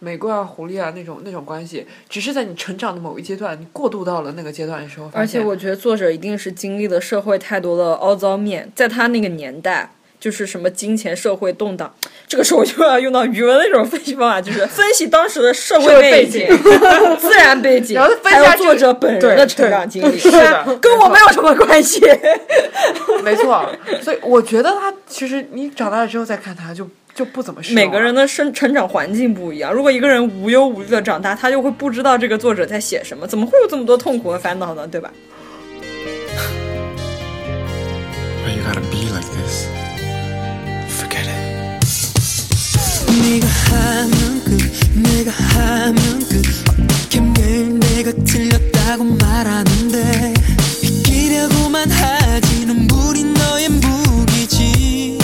[SPEAKER 2] 玫瑰啊，狐狸啊，那种那种关系，只是在你成长的某一阶段，你过渡到了那个阶段的时候，发
[SPEAKER 3] 而且
[SPEAKER 2] 现
[SPEAKER 3] 我觉得作者一定是经历了社会太多的凹糟面，在他那个年代，就是什么金钱、社会动荡，这个时候就要用到语文的那种分析方法，就是分析当时的社会背景、 [laughs] 自然背景，
[SPEAKER 2] 然后分析
[SPEAKER 3] 还
[SPEAKER 2] 下
[SPEAKER 3] 有
[SPEAKER 2] 去
[SPEAKER 3] 作者本人的成长经历，
[SPEAKER 2] 对对是的
[SPEAKER 3] [laughs] 跟我没有什么关系。
[SPEAKER 2] 没错，所以我觉得他其实你长大了之后再看他就就不怎么适用
[SPEAKER 3] 每个
[SPEAKER 2] 了
[SPEAKER 3] 人的生成长环境不一样，如果一个人无忧无虑的长大，他就会不知道这个作者在写什么，怎么会有这么多痛苦和烦恼呢？对吧？
[SPEAKER 9] Why you gotta be like this? Forget it.
[SPEAKER 10] 네가 하면 끝 내가 하면 끝 어떻게 매일 내가 틀렸다고 말하는데 이기려고만 하지 눈물이 너의 무기지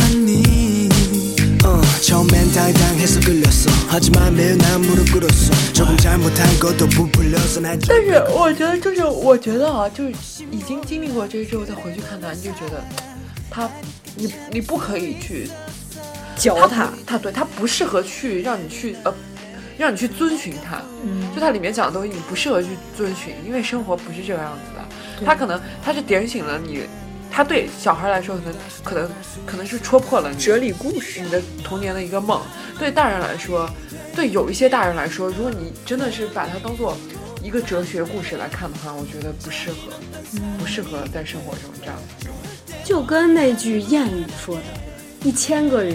[SPEAKER 10] 않니 어, 처음엔 당당해서 끌렸어 하지만 매일 난 무릎 꿇었어 조금 잘못한 것도 부풀려서 난
[SPEAKER 2] 但是我觉得，就是我觉得啊，就是已经经历过这之后再回去看他，你就觉得他，你你不可以去
[SPEAKER 3] 教他
[SPEAKER 2] 不，他对他不适合去让你去呃，让你去遵循他。
[SPEAKER 3] 嗯
[SPEAKER 2] 就它里面讲的东西，你不适合去遵循，因为生活不是这个样子的。他可能他是点醒了你，他对小孩来说可能可能可能是戳破了你
[SPEAKER 3] 哲理故事
[SPEAKER 2] 你的童年的一个梦。对大人来说，对有一些大人来说，如果你真的是把它当做一个哲学故事来看的话，我觉得不适合，
[SPEAKER 3] 嗯
[SPEAKER 2] 不适合在生活中这样。
[SPEAKER 4] 就跟那句谚语说的：“一千个人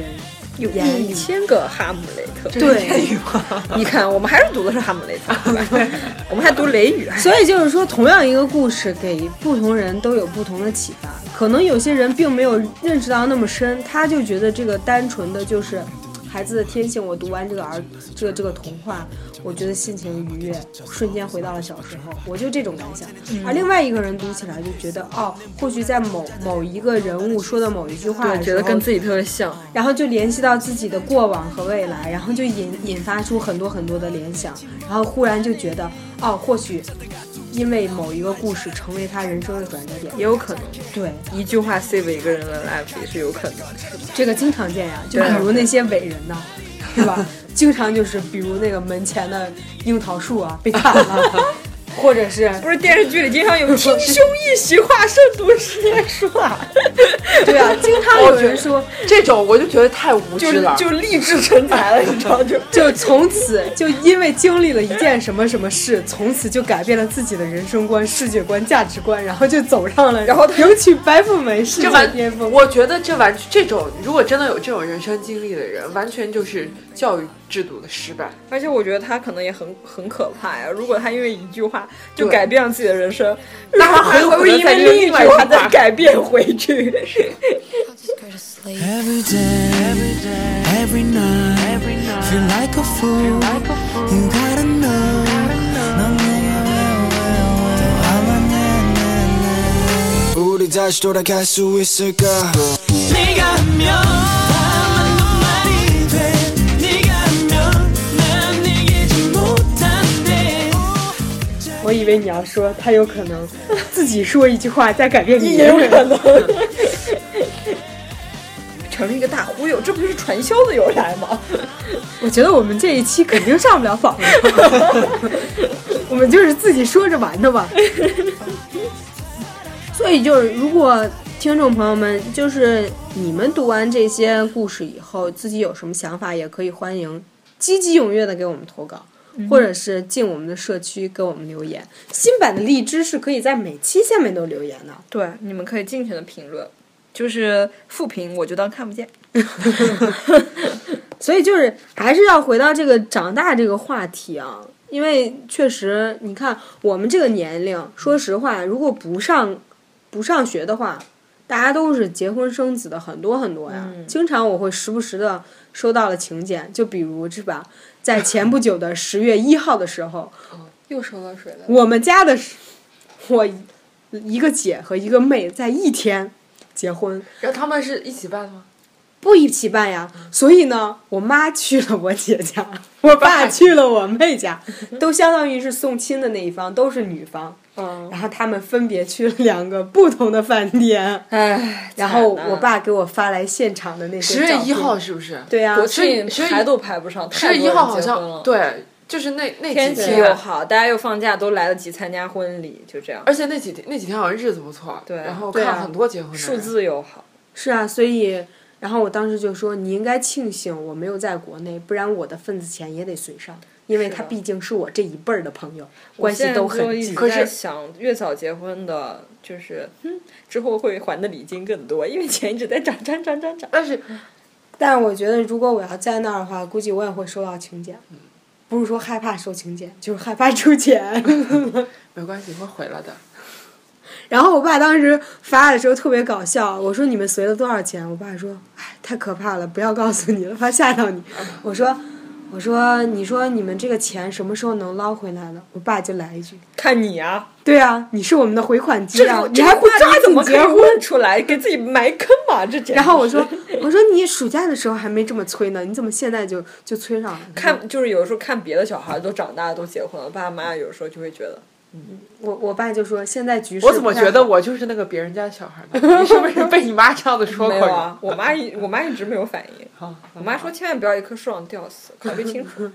[SPEAKER 4] 有
[SPEAKER 3] 一千个哈姆雷特，
[SPEAKER 4] 对，
[SPEAKER 3] [laughs] 你看，我们还是读的是《哈姆 [laughs] 雷特》，对吧？我们还读《雷 [laughs] 雨》，
[SPEAKER 4] 所以就是说，同样一个故事给不同人都有不同的启发。可能有些人并没有认识到那么深，他就觉得这个单纯的就是孩子的天性。我读完这个儿这个这个童话，我觉得心情愉悦，瞬间回到了小时候，我就这种感想。
[SPEAKER 3] 嗯
[SPEAKER 4] 而另外一个人读起来就觉得，哦，或许在某某一个人物说的某一句话
[SPEAKER 3] 我
[SPEAKER 4] 的
[SPEAKER 3] 觉
[SPEAKER 4] 时
[SPEAKER 3] 得
[SPEAKER 4] 候
[SPEAKER 3] 跟自己特别像。
[SPEAKER 4] 然后就联系到自己的过往和未来，然后就引引发出很多很多的联想，然后忽然就觉得，哦，或许因为某一个故事成为他人生的转折点。
[SPEAKER 3] 也有可能
[SPEAKER 4] 对，
[SPEAKER 3] 一句话 save 一个人的 life 也是有可能的。
[SPEAKER 4] 这个经常见呀，就比
[SPEAKER 3] 啊
[SPEAKER 4] 如那些伟人
[SPEAKER 3] [laughs]
[SPEAKER 4] 呐、对吧？经常就是比如那个门前的樱桃树啊被砍了，或者是
[SPEAKER 3] [laughs] 不是电视剧里经
[SPEAKER 4] [laughs]
[SPEAKER 3] 常有“听兄一席话，胜读十年书”啊，
[SPEAKER 4] 对啊，经常有人说，
[SPEAKER 2] 这种我就觉得太无
[SPEAKER 3] 就
[SPEAKER 2] 知了，
[SPEAKER 3] 就励志成才了，你知道就。
[SPEAKER 4] 就从此就因为经历了一件什么什么事，从此就改变了自己的人生观、世界观、价值观，然后就走上了，然后迎娶白富美世
[SPEAKER 2] 这
[SPEAKER 4] 界
[SPEAKER 2] 完
[SPEAKER 4] 巅，峰。
[SPEAKER 2] 我觉得这完这种如果真的有这种人生经历的人，完全就是教育制度的失败。
[SPEAKER 3] 而且我觉得他可能也很很可怕呀。如果他因为一句话就改变了自己的人生， [laughs] 那他还会因为另一句话再改变回去。 [laughs]
[SPEAKER 10] Every day, every day, every night, every night. Feel like a fool. You gotta know. 넌 내게 왜, 왜, 왜 화만 내는데. 우리 다시 돌아갈 수 있을까? 네가 하면 다만 너 말이 돼. 네가 하면 난 네게
[SPEAKER 4] 以为你要说他有可能自己说一句话再改变你，
[SPEAKER 3] 也有可能。成了一个大忽悠，这不是传销的由来吗？
[SPEAKER 4] 我觉得我们这一期肯定上不了访了， [laughs] 我们就是自己说着玩的吧。 [laughs] 所以就是，如果听众朋友们，就是你们读完这些故事以后，自己有什么想法，也可以欢迎积极踊跃的给我们投稿。或者是进我们的社区给我们留言，新版的荔枝是可以在每期下面都留言的。
[SPEAKER 3] [laughs] 对，你们可以尽情的评论，就是复评，我就当看不见。
[SPEAKER 4] [laughs] 所以就是还是要回到这个长大这个话题啊，因为确实你看我们这个年龄，说实话，如果不上不上学的话，大家都是结婚生子的很多很多呀。
[SPEAKER 3] 嗯
[SPEAKER 4] 经常我会时不时的收到了请柬，就比如是吧，在前不久的十月一号的时
[SPEAKER 3] [laughs]
[SPEAKER 4] 候，
[SPEAKER 3] 哦又收到水了，
[SPEAKER 4] 我们家的 [laughs] 是我一个姐和一个妹在一天结婚，
[SPEAKER 2] 然后他们是一起办吗？
[SPEAKER 4] 不一起办呀。所以呢，我妈去了我
[SPEAKER 3] [laughs]
[SPEAKER 4] 姐家，我爸去了我妹家，都相当于是送亲的那一方，都是女方。
[SPEAKER 2] 嗯，
[SPEAKER 4] 然后他们分别去了两个不同的饭
[SPEAKER 3] [laughs]
[SPEAKER 4] 店，
[SPEAKER 3] 唉，
[SPEAKER 4] 然后我爸给我发来现场的那些
[SPEAKER 2] 十月
[SPEAKER 4] 照片
[SPEAKER 2] 一号，是不是？
[SPEAKER 4] 对呀、
[SPEAKER 3] 国
[SPEAKER 2] 所以
[SPEAKER 3] 庆
[SPEAKER 2] 所以
[SPEAKER 3] 排都排不上，
[SPEAKER 2] 十
[SPEAKER 3] 太
[SPEAKER 2] 月
[SPEAKER 3] 多
[SPEAKER 2] 一
[SPEAKER 3] 人
[SPEAKER 2] 号好
[SPEAKER 3] 结婚
[SPEAKER 2] 像
[SPEAKER 3] 了。
[SPEAKER 2] 对，就是那那
[SPEAKER 3] 天
[SPEAKER 2] 几
[SPEAKER 3] 气又
[SPEAKER 2] 天，
[SPEAKER 3] 好，大家又放假，都来得及参加婚礼，就这样。
[SPEAKER 2] 而且那几天那几天好像日子不错，
[SPEAKER 3] 对
[SPEAKER 2] 然后
[SPEAKER 4] 对啊
[SPEAKER 2] 看很多结婚的人
[SPEAKER 3] 数字又好，
[SPEAKER 4] 是啊，所以。然后我当时就说：“你应该庆幸我没有在国内，不然我的份子钱也得随上，因为
[SPEAKER 3] 是
[SPEAKER 4] 他
[SPEAKER 3] 的
[SPEAKER 4] 毕竟是我这一辈儿的朋友，
[SPEAKER 3] 我
[SPEAKER 4] 关
[SPEAKER 3] 现
[SPEAKER 4] 系
[SPEAKER 3] 在
[SPEAKER 4] 都
[SPEAKER 3] 就
[SPEAKER 4] 很
[SPEAKER 3] 一直
[SPEAKER 4] 近。
[SPEAKER 2] 可
[SPEAKER 3] 在
[SPEAKER 2] 是
[SPEAKER 3] 想，越早结婚的，就是嗯，之后会还的礼金更多，因为钱一直在涨涨涨涨涨。
[SPEAKER 2] 但是
[SPEAKER 4] 但我觉得，如果我要在那儿的话，估计我也会收到请柬。
[SPEAKER 3] 嗯
[SPEAKER 4] 不是说害怕收请柬，就是害怕
[SPEAKER 3] [laughs]
[SPEAKER 4] 出钱。 [laughs]
[SPEAKER 2] 没关系，会回来的。
[SPEAKER 4] 然后我爸当时发的时候特别搞笑，我说你们随了多少钱？我爸说，哎，太可怕了，不要告诉你了，怕吓到你。
[SPEAKER 3] 嗯
[SPEAKER 4] 我说，我说，你说你们这个钱什么时候能捞回来呢？我爸就来一句，
[SPEAKER 3] 看你啊，
[SPEAKER 4] 对啊，你是我们的回款机
[SPEAKER 3] 这
[SPEAKER 4] 啊
[SPEAKER 3] 种，
[SPEAKER 4] 你还不抓
[SPEAKER 3] 怎
[SPEAKER 4] 紧
[SPEAKER 3] 么
[SPEAKER 4] 结
[SPEAKER 3] 可以
[SPEAKER 4] 婚？
[SPEAKER 3] 问出来，给自己埋坑嘛？这简直
[SPEAKER 4] 然后我说
[SPEAKER 3] 是，
[SPEAKER 4] 我说你暑假的时候还没这么催呢，你怎么现在就就催上了？
[SPEAKER 3] [laughs] 看，就是有时候看别的小孩都长大都结婚了，爸妈有时候就会觉得，
[SPEAKER 4] 我我爸就说现在局势
[SPEAKER 2] 我怎么
[SPEAKER 4] 不太
[SPEAKER 2] 觉得
[SPEAKER 4] 好 [laughs]
[SPEAKER 2] 我就是那个别人家的小孩呢？你是不是被你妈这样子说
[SPEAKER 3] [laughs] 没
[SPEAKER 2] 过
[SPEAKER 3] 有
[SPEAKER 2] 呀？
[SPEAKER 3] 啊，我妈一我妈一直没有反
[SPEAKER 4] [laughs]
[SPEAKER 3] 应。
[SPEAKER 2] 啊，
[SPEAKER 3] 我妈说千万不要一棵树上吊死，考虑清楚。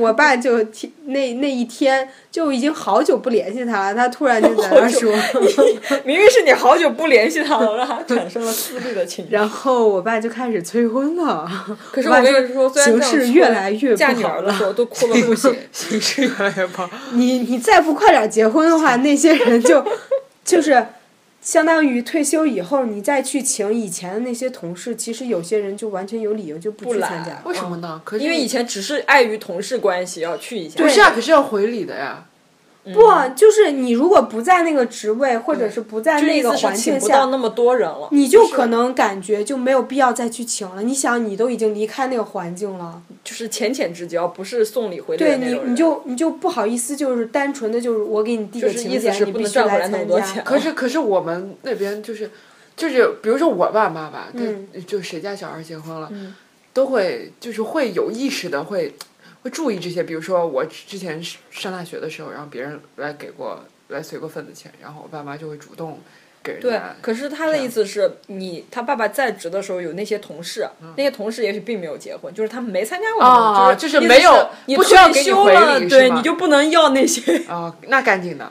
[SPEAKER 4] 我爸就提那那一天就已经好久不联系他了，他突然就在那儿说，
[SPEAKER 3] [laughs] 明明是你好久不联系他了，让他产生了思虑的情绪。
[SPEAKER 4] 然后我爸就开始催婚了。
[SPEAKER 3] 可是
[SPEAKER 4] 我
[SPEAKER 3] 我
[SPEAKER 4] 爸
[SPEAKER 3] 跟你说，虽然这
[SPEAKER 4] 形
[SPEAKER 3] 样
[SPEAKER 4] 势
[SPEAKER 3] 说
[SPEAKER 4] 越来越
[SPEAKER 3] 嫁
[SPEAKER 4] 不
[SPEAKER 3] 女
[SPEAKER 4] 好
[SPEAKER 3] 儿的
[SPEAKER 4] 了
[SPEAKER 3] 时候都哭了不
[SPEAKER 4] [laughs]
[SPEAKER 3] 行。
[SPEAKER 2] 形势越来越棒。
[SPEAKER 4] 你你再不快点结婚的话，那些人就就是相当于退休以后，你再去请以前的那些同事，其实有些人就完全有理由就不
[SPEAKER 3] 不
[SPEAKER 4] 去
[SPEAKER 3] 来
[SPEAKER 4] 参加了。
[SPEAKER 2] 为什么呢？可是
[SPEAKER 3] 因为以前只是碍于同事关系要去一下，
[SPEAKER 2] 不是啊，可是要回礼的呀。
[SPEAKER 3] 嗯
[SPEAKER 4] 不，就是你如果不在那个职位，或者是不在
[SPEAKER 3] 就
[SPEAKER 4] 那
[SPEAKER 3] 意
[SPEAKER 4] 个
[SPEAKER 3] 思是
[SPEAKER 4] 环
[SPEAKER 3] 请
[SPEAKER 4] 境
[SPEAKER 3] 不到
[SPEAKER 4] 下，
[SPEAKER 3] 那么多人了。
[SPEAKER 4] 你就可能感觉就没有必要再去请了。你想，你都已经离开那个环境了。
[SPEAKER 3] 就是浅浅之交，不是送礼回礼的
[SPEAKER 4] 对
[SPEAKER 3] 那
[SPEAKER 4] 你
[SPEAKER 3] 种，人
[SPEAKER 4] 你就你就不好意思，就是单纯的就是我给你递
[SPEAKER 3] 就
[SPEAKER 4] 个
[SPEAKER 3] 是
[SPEAKER 4] 请
[SPEAKER 3] 意思
[SPEAKER 4] 柬，
[SPEAKER 3] 是
[SPEAKER 4] 你
[SPEAKER 3] 不
[SPEAKER 4] 必
[SPEAKER 3] 能
[SPEAKER 4] 须
[SPEAKER 3] 赚回来
[SPEAKER 4] 来
[SPEAKER 3] 那么
[SPEAKER 4] 参
[SPEAKER 3] 多
[SPEAKER 4] 加。
[SPEAKER 3] 钱。
[SPEAKER 2] 可是可是我们那边就是就是，比如说我爸妈吧，
[SPEAKER 4] 嗯
[SPEAKER 2] 就就谁家小孩结婚了，
[SPEAKER 3] 嗯
[SPEAKER 2] 都会就是会有意识的会会注意这些。比如说我之前上大学的时候，然后别人来给过来随过份子钱，然后我爸妈就会主动给人
[SPEAKER 3] 对
[SPEAKER 2] 家，。
[SPEAKER 3] 可是他的意思是你他爸爸在职的时候有那些同事，
[SPEAKER 4] 嗯
[SPEAKER 3] 那些同事也许并没有结婚，就是他们没参加过婚，
[SPEAKER 4] 哦
[SPEAKER 2] 啊
[SPEAKER 3] 就是
[SPEAKER 2] 就是
[SPEAKER 3] 意思
[SPEAKER 2] 没有
[SPEAKER 3] 你
[SPEAKER 2] 不需要
[SPEAKER 3] 退
[SPEAKER 2] 给你
[SPEAKER 3] 休
[SPEAKER 2] 回礼
[SPEAKER 3] 了，
[SPEAKER 2] 是
[SPEAKER 3] 对
[SPEAKER 2] 吗
[SPEAKER 3] 你就不能要那些。
[SPEAKER 2] 啊、那干净的，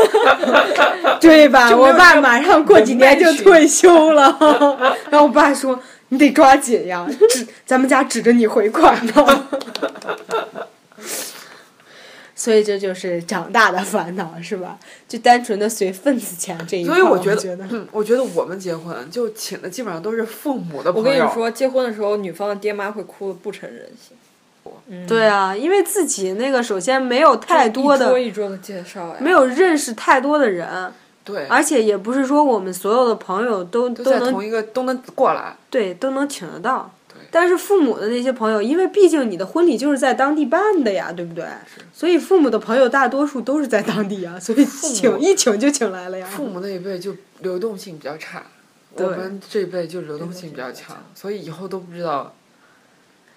[SPEAKER 4] [laughs] 对吧？
[SPEAKER 3] 就没
[SPEAKER 4] 我
[SPEAKER 3] 有这
[SPEAKER 4] 爸
[SPEAKER 3] 个
[SPEAKER 4] 马上过几年就退休了，
[SPEAKER 3] [laughs]
[SPEAKER 4] 然后我爸说：“你得抓紧呀，指咱们家指着你回款呢。” [laughs] 所以这就是长大的烦恼，是吧？就单纯的随份子钱这一
[SPEAKER 2] 所
[SPEAKER 4] 块儿，
[SPEAKER 2] 以
[SPEAKER 4] 我
[SPEAKER 2] 觉
[SPEAKER 4] 觉
[SPEAKER 2] 得，嗯，我觉得我们结婚就请的基本上都是父母的朋
[SPEAKER 3] 我
[SPEAKER 2] 友。
[SPEAKER 3] 跟你说，结婚的时候女方的爹妈会哭得不成人形，
[SPEAKER 2] 嗯
[SPEAKER 4] 对啊，因为自己那个首先没有太多
[SPEAKER 3] 一桌
[SPEAKER 4] 的，
[SPEAKER 3] 一桌的介绍呀，
[SPEAKER 4] 没有认识太多的人，
[SPEAKER 2] 对，
[SPEAKER 4] 而且也不是说我们所有的朋友都
[SPEAKER 2] 都
[SPEAKER 4] 都
[SPEAKER 2] 在
[SPEAKER 4] 能
[SPEAKER 2] 同一个都能过来，
[SPEAKER 4] 对都能请得到
[SPEAKER 2] 对。
[SPEAKER 4] 但是父母的那些朋友，因为毕竟你的婚礼就是在当地办的呀，对不对？所以父母的朋友大多数都是在当地啊，所以请一请就请来了呀。
[SPEAKER 2] 父母那一辈就流动性比较差，我
[SPEAKER 4] 对
[SPEAKER 2] 们这一辈就流动性比较强，所以以后都不知道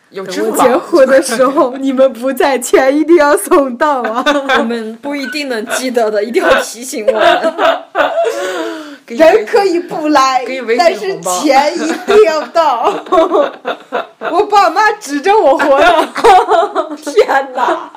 [SPEAKER 2] 有支
[SPEAKER 4] 等
[SPEAKER 2] 付
[SPEAKER 4] 我
[SPEAKER 2] 宝
[SPEAKER 4] 结婚的时
[SPEAKER 2] [laughs]
[SPEAKER 4] 候，你们不在，钱一定要送到啊！ [laughs]
[SPEAKER 3] 我们不一定能记得的，一定要提醒我们。
[SPEAKER 2] 给你微
[SPEAKER 4] 人可以不来
[SPEAKER 2] 给你微，信
[SPEAKER 4] 但是
[SPEAKER 2] 红包
[SPEAKER 4] 钱一定要到。
[SPEAKER 2] [laughs]
[SPEAKER 4] 我爸妈指着我活着，
[SPEAKER 2] [laughs]
[SPEAKER 3] 天哪，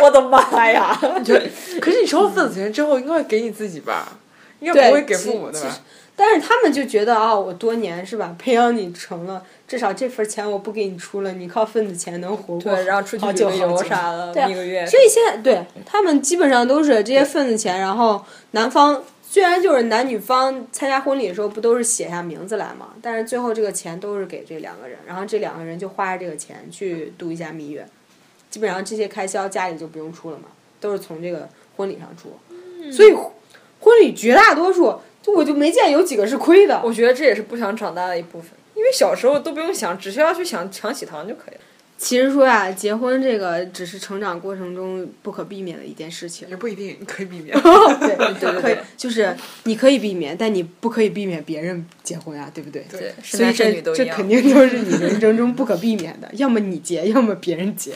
[SPEAKER 3] 我的妈呀！
[SPEAKER 2] 你觉得可是你收了份子钱之后，应该会给你自己吧？应该
[SPEAKER 4] 对
[SPEAKER 2] 不会给
[SPEAKER 4] 其
[SPEAKER 2] 父母的
[SPEAKER 4] 其
[SPEAKER 2] 吧
[SPEAKER 4] 实？但是他们就觉得啊，我多年是吧， [laughs] 培养你成了，至少这份钱我不给你出了，你靠份子钱能活过。
[SPEAKER 3] 对，然后出去
[SPEAKER 4] 好
[SPEAKER 3] 旅
[SPEAKER 4] 久
[SPEAKER 3] 个
[SPEAKER 4] 好
[SPEAKER 3] 游
[SPEAKER 4] 久
[SPEAKER 3] 啥的，
[SPEAKER 4] 对啊
[SPEAKER 3] 一个月。
[SPEAKER 4] 所以现在对他们基本上都是这些份子钱，然后男方虽然就是男女方参加婚礼的时候不都是写下名字来嘛，但是最后这个钱都是给这两个人，然后这两个人就花着这个钱去度一下蜜月，基本上这些开销家里就不用出了嘛，都是从这个婚礼上出，所以婚婚礼绝大多数就我就没见有几个是亏的。
[SPEAKER 3] 我觉得这也是不想长大的一部分，因为小时候都不用想，只需要去想抢喜糖就可以了。
[SPEAKER 4] 其实说呀、结婚这个只是成长过程中不可避免的一件事情。
[SPEAKER 2] 也不一定可以避
[SPEAKER 4] [laughs]
[SPEAKER 2] 免。
[SPEAKER 4] 对哦对
[SPEAKER 3] 对对
[SPEAKER 4] 可以，就是你可以避免，但你不可以避免别人结婚啊，对不对？
[SPEAKER 3] 对，是
[SPEAKER 4] 所以
[SPEAKER 3] 男是
[SPEAKER 4] 这
[SPEAKER 3] 女都
[SPEAKER 4] 这
[SPEAKER 3] 一样
[SPEAKER 4] 肯。定都是你人生中不可避免的，要么你结，要么别人结。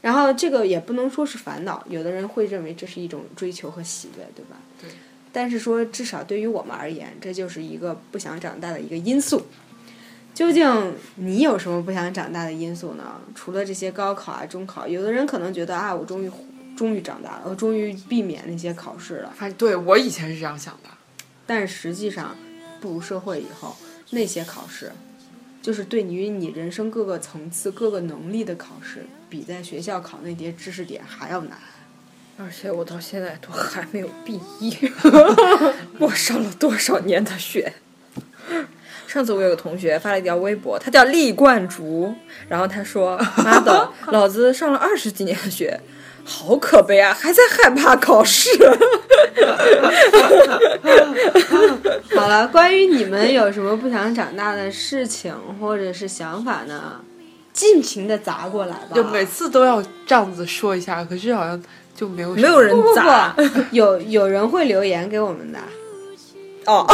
[SPEAKER 4] 然后这个也不能说是烦恼，有的人会认为这是一种追求和喜悦，对吧？
[SPEAKER 2] 对。
[SPEAKER 4] 但是说，至少对于我们而言，这就是一个不想长大的一个因素。究竟你有什么不想长大的因素呢？除了这些高考啊、中考，有的人可能觉得啊，我终于终于长大了，我终于避免那些考试了。
[SPEAKER 2] 反正对我以前是这样想的，
[SPEAKER 4] 但实际上，步入社会以后，那些考试，就是对于你人生各个层次、各个能力的考试，比在学校考那些知识点还要难。
[SPEAKER 3] 而且我到现在都还没有毕 [laughs] 业，我上了多少年的学？上次我有个同学发了一条微博，他叫厉冠竹，然后他 [laughs] 说：“妈的，老子上了二十几年的学，好可悲啊，还在害怕考试。 [laughs]
[SPEAKER 4] 好了，关于你们有什么不想长大的事情或者是想法呢？尽情的砸过来吧。
[SPEAKER 2] 就每次都要这样子说一下，可是好像就没有什么
[SPEAKER 3] 没有人
[SPEAKER 4] 不不
[SPEAKER 3] 砸
[SPEAKER 4] 不，有有人会留言给我们的， [laughs]
[SPEAKER 3] 哦，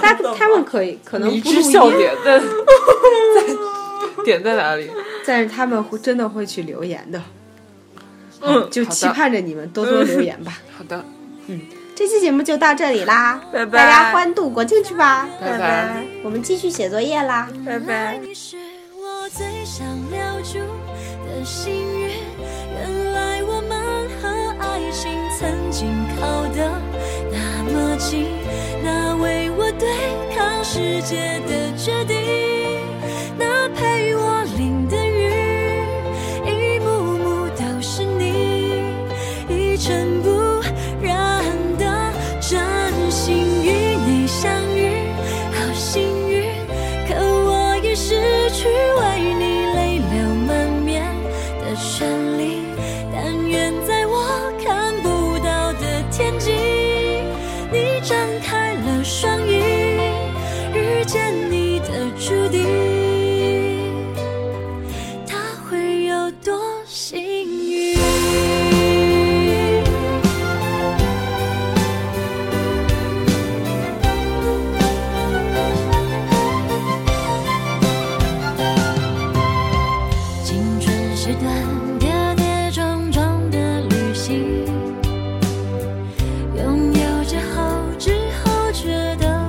[SPEAKER 4] 他他们可以可能
[SPEAKER 2] 迷
[SPEAKER 4] 不
[SPEAKER 2] 之
[SPEAKER 4] 录
[SPEAKER 2] 笑
[SPEAKER 4] 音， [laughs]
[SPEAKER 2] 点在在点在哪里？
[SPEAKER 4] 但是他们会真的会去留言的。
[SPEAKER 3] 嗯，
[SPEAKER 4] 就
[SPEAKER 2] 好的嗯
[SPEAKER 4] 期盼着你们多多留言吧。
[SPEAKER 2] 好的，
[SPEAKER 4] 这期节目就到这里啦，
[SPEAKER 3] 拜拜
[SPEAKER 4] 大家欢度国庆去吧，
[SPEAKER 2] 拜拜。
[SPEAKER 4] 我们继续写作业啦。
[SPEAKER 3] 拜拜。”
[SPEAKER 1] 你是我最想留住的幸运。原来我们和爱情曾经靠得那么近，那为我对抗世界的决定，那陪我淋的雨，一幕幕都是你，一尘不染的真心与你相遇，好幸运。可我已失去为你泪流满面的权利。但愿在我看不到的天际，你张开了双翼，遇见你的注定，他会有多幸运？青春是段跌跌撞撞的旅行，拥有着后知后觉的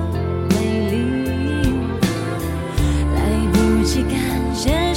[SPEAKER 1] 美丽，来不及感谢